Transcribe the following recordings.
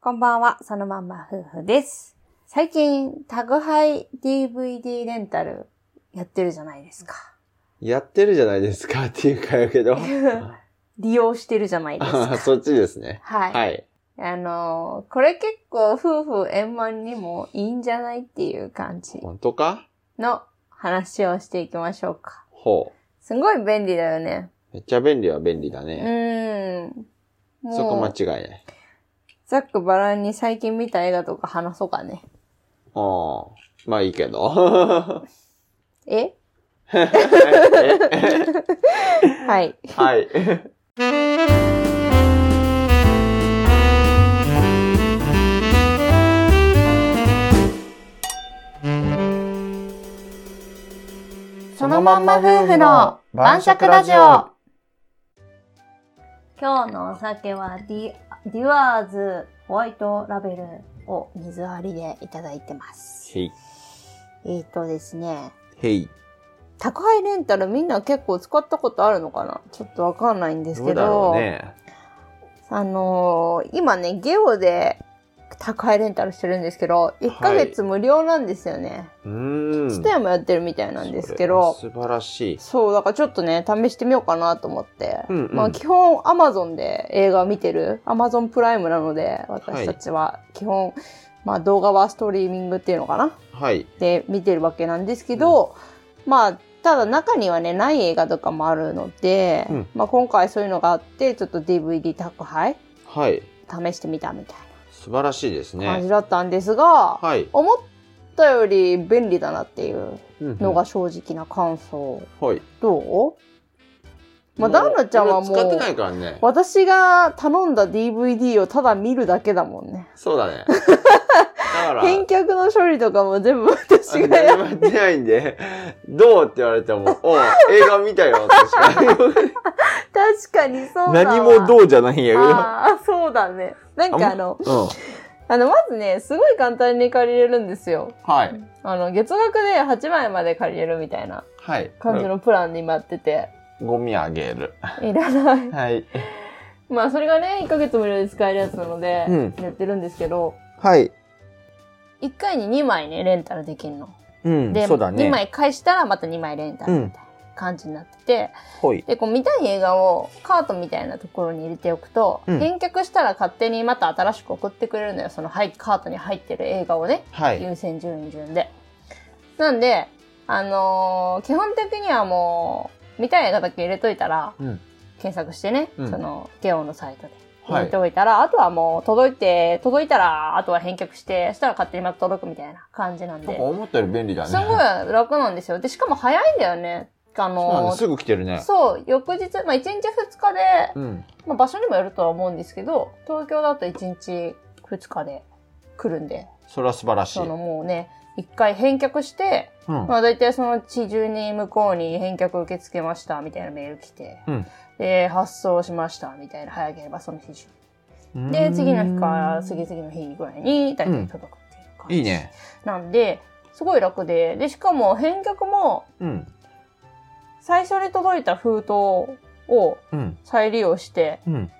こんばんは、そのまんま夫婦です。最近、タグハイ DVD レンタルやってるじゃないですか。やってるじゃないですか っていうかや けど。利用してるじゃないですあかー。そっちですね。はい。はい。あのー、これ結構夫婦円満にもいいんじゃないっていう感じ本当かの話をしていきましょうか。ほすごい便利だよね。う。めっちゃ便利は便利だうね。ーん。そこ間もう、違いない。ざっくばらんに最近見た映画とか話そうかね。ああ。まあいいけ ど。え はい。はい。そのまんま夫婦の晩酌ラジオ。今日のお酒はディデュアーズホワイトラベルを水割りでいただいてます。へい。えっ、ー、とですね、へい。宅配レンタルみんな結構使ったことあるのかなちょっとわかんないんですどうけだろど、うね。あのー今ね、ゲオで宅配レンタルしてるんですけど、1ヶ月無料なんですよね。うーん。ツタヤもやってるみたいなんですけど、それは素晴らしい。そう、だからちょっとね、試してみようかなと思って。うんうんまあ基本 Amazon で映画を見てる、Amazon プライムなので、私たちは基本、まあ動画はストリーミングっていうのかなはい。で見てるわけなんですけど、まあ、ただ中にはね、ない映画とかもあるので、うんまあ今回そういうのがあって、ちょっと DVD 宅配はい。試してみたみたい素晴らしいですな感じね。だったんですが、はい。思ったより便利だなっていううんのが正直な感想。はい。どうまあ、もダンナちゃんはも俺使ってう、ないからね。私が頼んだ DVD をただ見るだけだもんね。そうだ ね。だから。返却の処理とかも全部私がや何もやってないんで、どうって言われても、おう映画見たよ、確かに。確かにそうだわ。何もどうじゃないんやああ、そうだね。なんかあのけ、ど。うん。あの、まずね、すごい簡単に借りれるんですよ。はい。あの、月額で8枚まで借りれるみたいなはい。感じのプランに今やってて、ゴミあげる。いらない。 はい。まあ、それがね、1ヶ月無料で使えるやつなので、うんやってるんですけど、はい。 1回に2枚ね、レンタルできるの。うんで、2。枚返したらまた2枚レンタルみたいな感じになってて、ほい。で、こう見たい映画をカートみたいなところに入れておくと、うん返却したら勝手にまた新しく送ってくれるのよ。その、はい、カートに入ってる映画をね、はい。優先順位順で。なんで、あのー基本的にはもう、見たい映画だけ入れといたら、うん検索してね、うんその、ゲオのサイトで。は入れいて。おいたら、あとはもう届いて、届いたら、あとは返却して、したら勝手にまた届くみたいな感じなんなんでか。思ったより便利だね。すごい楽なんですよ。で、しかも早いんだよね。あそうなんだの、すぐ来てるね。そう、翌日、まあ1日2日で、うん。まあ場所にもよるとは思うんですけど、東京だと1日2日で来るんで、それは素晴らしい。そのもうね、1回返却して、うん。まあ大体その地中に向こうに返却受け付けましたみたいなメール来て、うんで、発送しましたみたいな、早ければその日中。うんで、次の日から次々の日ぐらいに大体届くっていう感じ。いいね。なんで、すごい楽で、で、しかも返却もうん。最初に届いた封筒をうん。再利用して、うん。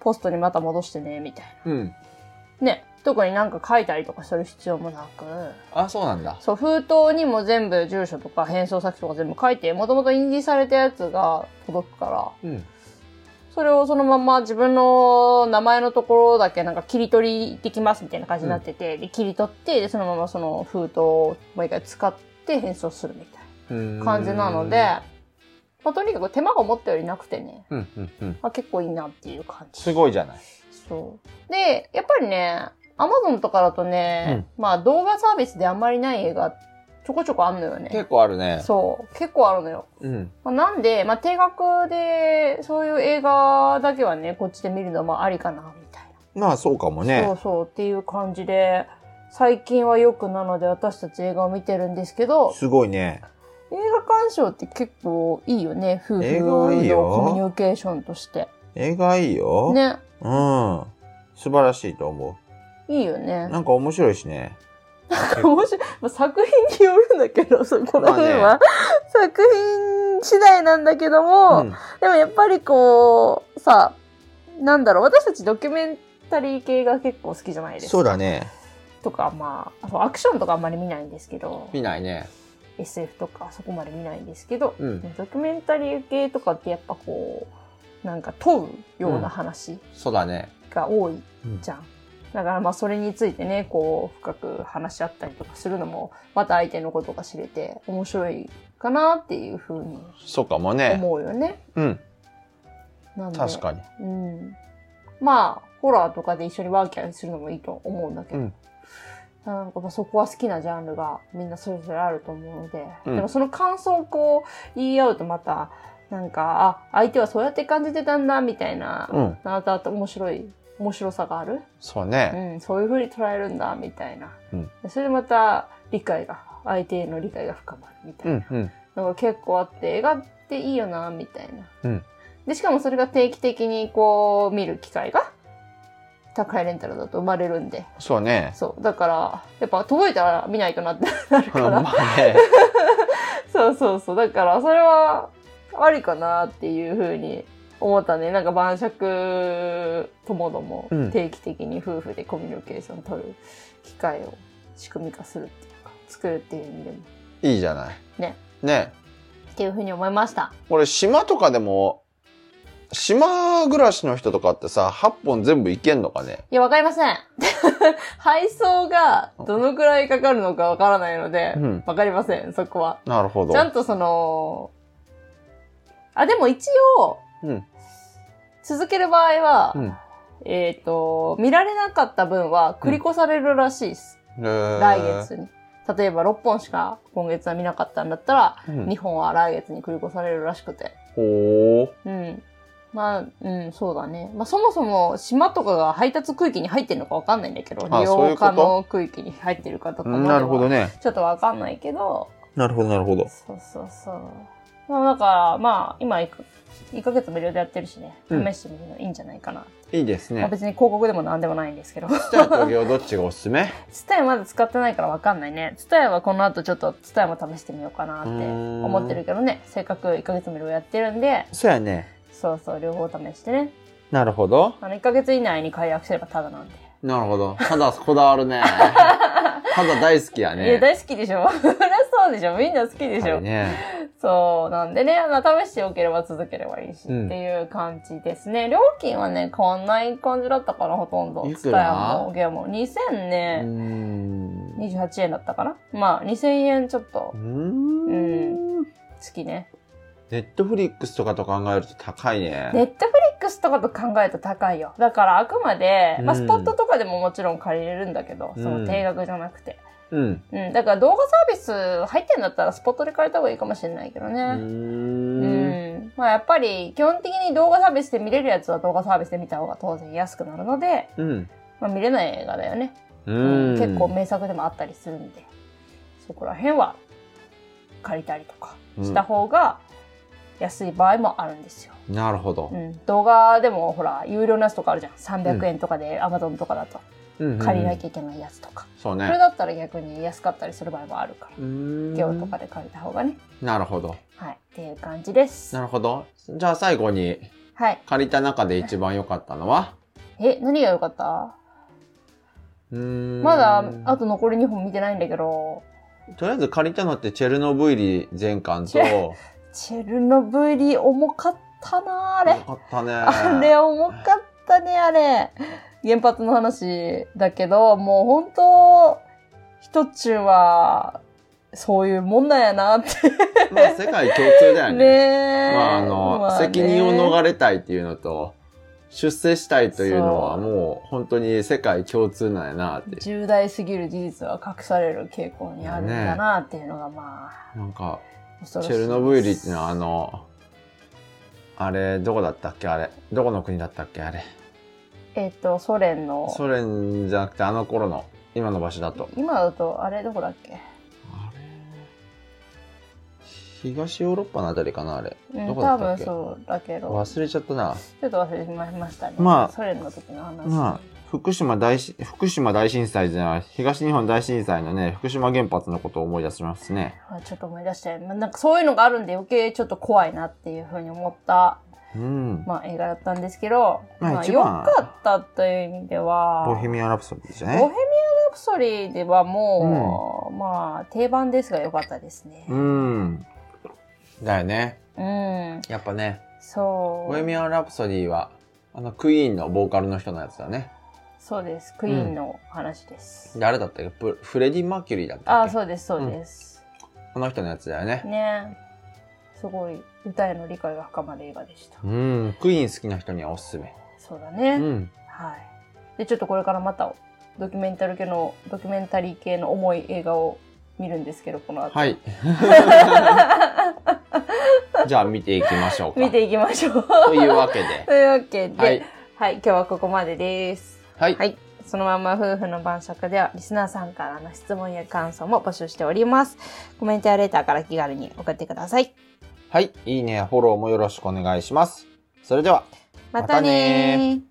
ポストにまた戻してね、みたいうん。な。ね。特になんか書いたりとかする必要もなく、あ、そうなんだ。そう、封筒にも全部住所とか返送先とか全部書いて、もともと印字されたやつが届くから、うん。それをそのまま自分の名前のところだけなんか切り取りできますみたいな感じになってて、で、切り取って、で、そのままその封筒をもう一回使って返送するみたいな感じなので、まあ、とにかく手間が思ったよりなくてね、うんうんうん。まあ、結構いいなっていう感じ。すごいじゃない。そう。で、やっぱりね、アマゾンとかだとね、まあ動画サービスであんまりない映画ちょこちょこあんのよね。結構あるね。そう。結構あるのよ。うん。まあなんで、まあ定額でそういう映画だけはね、こっちで見るのもありかな、みたいまあそうかもな。ねそ。うそうっていう感じで、最近はよくなので私たち映画を見てるんですけど、すごいね。映画鑑賞って結構いいよね、夫婦映の画コはいミいよュニケーションとして。映画いいよ。ね。うん。素晴らしいと思いいよね。う。なんか面白いしね。面白い。まあ、作品によるんだけど、そこら辺は。まあ作品次第なんだけども、うんでもやっぱりこう、さ、なんだろう、私たちドキュメンったり系が結構好きじゃないですそうか。だね。とか、まあ、あとアクションとかあんまり見ないんですけど、見ないね。 SF とかそこまで見ないんですけど、うんドキュメンタリー系とかってやっぱこう、なんか問うような話そうだね。が多いうんじゃん。だからまあそれについてね、こう深く話し合ったりとかするのも、また相手のことが知れて面白いかなっていうふうにそうかもね。思うよね。うん。なんで確かに。うん。まあ、ホラーとかで一緒にワーキャーするのもいいと思うんだけど。うんなんかまあそこは好きなジャンルがみんなそれぞれあると思うので、うんでもその感想をこう言い合うとまた、なんか、あ、相手はそうやって感じてたんだ、みたいな、うん。なた面白い、面白さがある。そううね。ん、そういう風に捉えるんだ、みたいな。うんでそれでまた理解が、相手への理解が深まる、みたいな。うんうん。のが結構あって映画っていいよなみたいな、うんでしかもそれが定期的にこう見る機会が宅配レンタルだと生まれるんでそうね。そうだからやっぱ届いたら見ないとなってなるうんから、まあ ね。そうそうそうだからそれはありかなっていうふうに思ったねなんか晩酌ともどもうん定期的に夫婦でコミュニケーション取る機会を仕組み化するっていうか作るっていう意味でもいいじゃない。ね。ね。っていうふうに思いました俺、島とかでも、島暮らしの人とかってさ、8本全部いけんのかねいや、わかりません。 配送がどのくらいかかるのかわからないのでう、ん。わかりません、そこは。なるほど。ちゃんとその、あ、でも一応、うん続ける場合は、うん。えっ、と、見られなかった分は繰り越されるらしいです。来来月に。例えば6本しか今月は見なかったんだったら、うん2本は来月に繰り越されるらしくて。ほーうん。まあ、うん、そうだね。まあ、そもそも島とかが配達区域に入ってるのかわかんないんだけど、あ利そうい用うこと可能区域に入ってるかとかまではなるほどね。ちょっとわかんないけど、なるほど、なるほど。そうそうそう。まあ、だから、まあ、今1、一ヶ月無料でやってるしね、試うんしてみるのいいんじゃないかな。いいですまあ、ね。別に広告でもなんでもないんですけど。 ちっちゃい時はどっちがおすすめツタヤまだ使ってないからわかんないね。ツタヤはこの後ちょっとツタヤも試してみようかなってうーん思ってるけどね、せっかく1ヶ月無料やってるんで、そうやね。そうそう、両方試してね。なるほど。あの、1ヶ月以内に解約すればタダなんで。なるほど。肌こだわる ね。肌大好きやね。いや、大好きでしょ そりゃそうでしょみんな好きでしやっぱょ、りね。そう。なんでね、まあ、試してよければ続ければいいし、うんっていう感じですね。料金はね、変わんない感じだったかな、ほとんど。いくらヤもゲームも。2000うーね、ん。 28円だったかなまあ、2000円ちょっとう、ーん。月ね。ネットフリックスとかと考えると高いね。ネットフリックスとかと考えると高いよ。だから、あくまで、まあ、うんスポットとかでももちろん借りれるんだけど、そうんの定額じゃなくて。うん。うん、だから動画サービス入ってんだったらスポットで借りた方がいいかもしれないけどうね。うん、ーん。まあやっぱり基本的に動画サービスで見れるやつは動画サービスで見た方が当然安くなるので、うん。まあ見れない映画だよね。ううんん。結構名作でもあったりするんで、そこら辺は借りたりとかした方が安い場合もあるんですよ。なるほどう。ん、動画でもほら、有料のやつとかあるじゃん。300円とかで Amazon とかだとうん借りなきゃいけないやつとか。そうそれね。だったら逆に安かったりする場合もあるから。うーん業とかで借りた方がね。なるほど。はい。っていう感じですな。るほど。じゃあ最後に、はい。借りた中で一番良かったのはえ、何が良かったうーんまだ、あと残り2本見てないんだけど、とりあえず借りたのってチェルノブイリ全巻と、チェルノブイリ重かったなあれよ。かったね。あれ重かったね、あれ。原発の話だけど、もう本当、一っちゅうは、そういうもんなんやなって。まあ世界共通だよねね。え。まああの、まあね責任を逃れたいっていうのと、出世したいというのはそうもう本当に世界共通なんやなって。重大すぎる事実は隠される傾向にあるんだなっていうのが、まあ、なんか、恐ろしいチェルノブイリっていうのはあの、あれ、どこだったっけあれ。どこの国だったっけあれ。えっ、と、ソ連の、ソ連じゃなくてあの頃の、今の場所だと。今だと、あれどこだっけ、あれ東ヨーロッパのあたりかなあれ。うん、どこ多だったっ分けそうだけど、忘れちゃったな。ちょっと忘れてまいましたね。まあソ連の時の話。まあ、福島大し、福島大震災じゃない、東日本大震災のね、福島原発のことを思い出しますね。あちょっと思い出して、まあなんかそういうのがあるんで余計ちょっと怖いなっていうふうに思ったうん。まあ、映画だったんですけど、まあまあ、一良番かったという意味では、ボヘミアン・ラプソディじゃボヘミアンね。・ラプソディではもう、まあ、定番ですが良かったですね。うん。だよね。うん。やっぱね、そう。ボヘミアン・ラプソディは、あの、クイーンのボーカルの人のやつだね。そうです。クイーンの話です。誰だったっけプフレディ・マーキュリーだったっけああ、そうです、そうです。この人のやつだよね。ねすごい、歌への理解が深まる映画でした。うん。クイーン好きな人にはおすすめ。そうだね。うん。はい。で、ちょっとこれからまた、ドキュメンタル系の、ドキュメンタリー系の重い映画を見るんですけど、この後。はい。じゃあ見ていきましょう か。見ていきましょう。というわけで。 というわけで、ははいい、今日はここまでです。はい。はい。そのまんま夫婦の晩酌では、リスナーさんからの質問や感想も募集しております。コメントやレターから気軽に送ってください。はい。いいねやフォローもよろしくお願いします。それでは。またねまたねー